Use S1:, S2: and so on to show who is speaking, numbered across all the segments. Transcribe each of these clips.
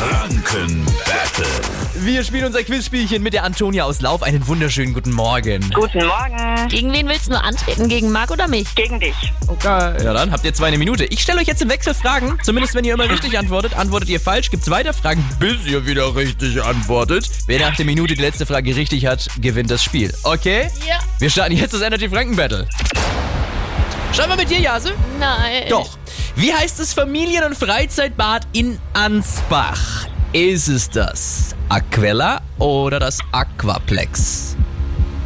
S1: Franken Battle.
S2: Wir spielen unser Quizspielchen mit der Antonia aus Lauf. Einen wunderschönen guten Morgen.
S3: Guten Morgen.
S4: Gegen wen willst du nur antreten? Gegen Marc oder mich?
S3: Gegen dich.
S2: Ja, dann habt ihr zwei eine Minute. Ich stelle euch jetzt im Wechsel Fragen. Zumindest wenn ihr immer richtig antwortet. Antwortet ihr falsch, gibt's weiter Fragen, bis ihr wieder richtig antwortet. Wer nach der Minute die letzte Frage richtig hat, gewinnt das Spiel. Okay?
S4: Ja.
S2: Wir starten jetzt das Energy Franken Battle. Schauen wir mit dir, Jase?
S4: Nein.
S2: Doch. Wie heißt das Familien- und Freizeitbad in Ansbach? Ist es das Aquella oder das Aquaplex?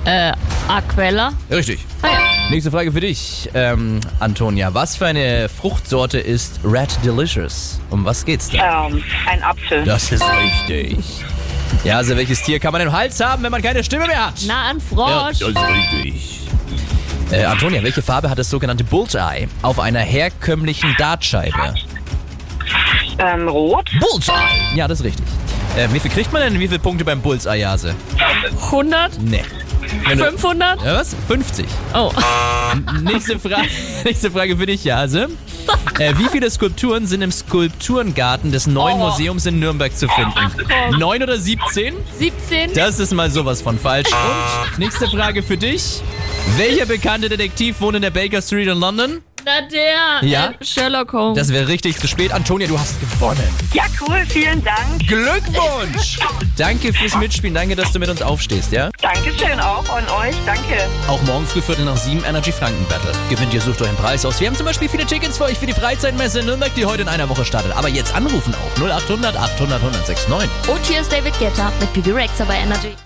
S4: Äh, Aquella?
S2: Richtig.
S4: Ah, ja.
S2: Nächste Frage für dich, ähm, Antonia. Was für eine Fruchtsorte ist Red Delicious? Um was geht's da?
S3: Ähm, ein Apfel.
S2: Das ist richtig. Ja, also welches Tier kann man im Hals haben, wenn man keine Stimme mehr hat?
S4: Na, ein Frosch.
S2: also-
S1: Das ist richtig.
S2: Äh, Antonia, welche Farbe hat das sogenannte Bullseye auf einer herkömmlichen Dartscheibe?
S3: Ähm, rot.
S2: Bullseye! Ja, das ist richtig. Äh, wie viel kriegt man denn? Wie viele Punkte beim Bullseye, Jase?
S4: 100?
S2: Nee. Wenn du-
S4: 500?
S2: Ja, ne. was? 50.
S4: Oh.
S2: Nächste, Fra nächste Frage für dich, Jase. Äh, wie viele Skulpturen sind im Skulpturengarten des neuen
S4: Oh.
S2: Museums in Nürnberg zu finden?
S4: komm.
S2: Neun oder 17?
S4: 17?
S2: Das ist mal sowas von falsch. Und nächste Frage für dich. Welcher bekannte Detektiv wohnt in der Baker Street in London?
S4: Na, der.
S2: Ja.
S4: Äh, Sherlock Holmes.
S2: Das wäre richtig zu spät. Antonia, du hast gewonnen.
S3: Ja, cool. Vielen Dank.
S2: Glückwunsch! Danke fürs Mitspielen. Danke, dass du mit uns aufstehst, ja?
S3: Dankeschön auch an euch. Danke.
S2: Auch morgen früh Viertel nach sieben Energy Franken Battle. Gewinnt ihr, sucht euch einen Preis aus. Wir haben zum Beispiel viele Tickets für euch für die Freizeitmesse in Nürnberg, die heute in einer Woche startet. Aber jetzt anrufen auch 0800 800 1069.
S4: Und hier ist David Guetta mit Bibi Rexa bei Energy.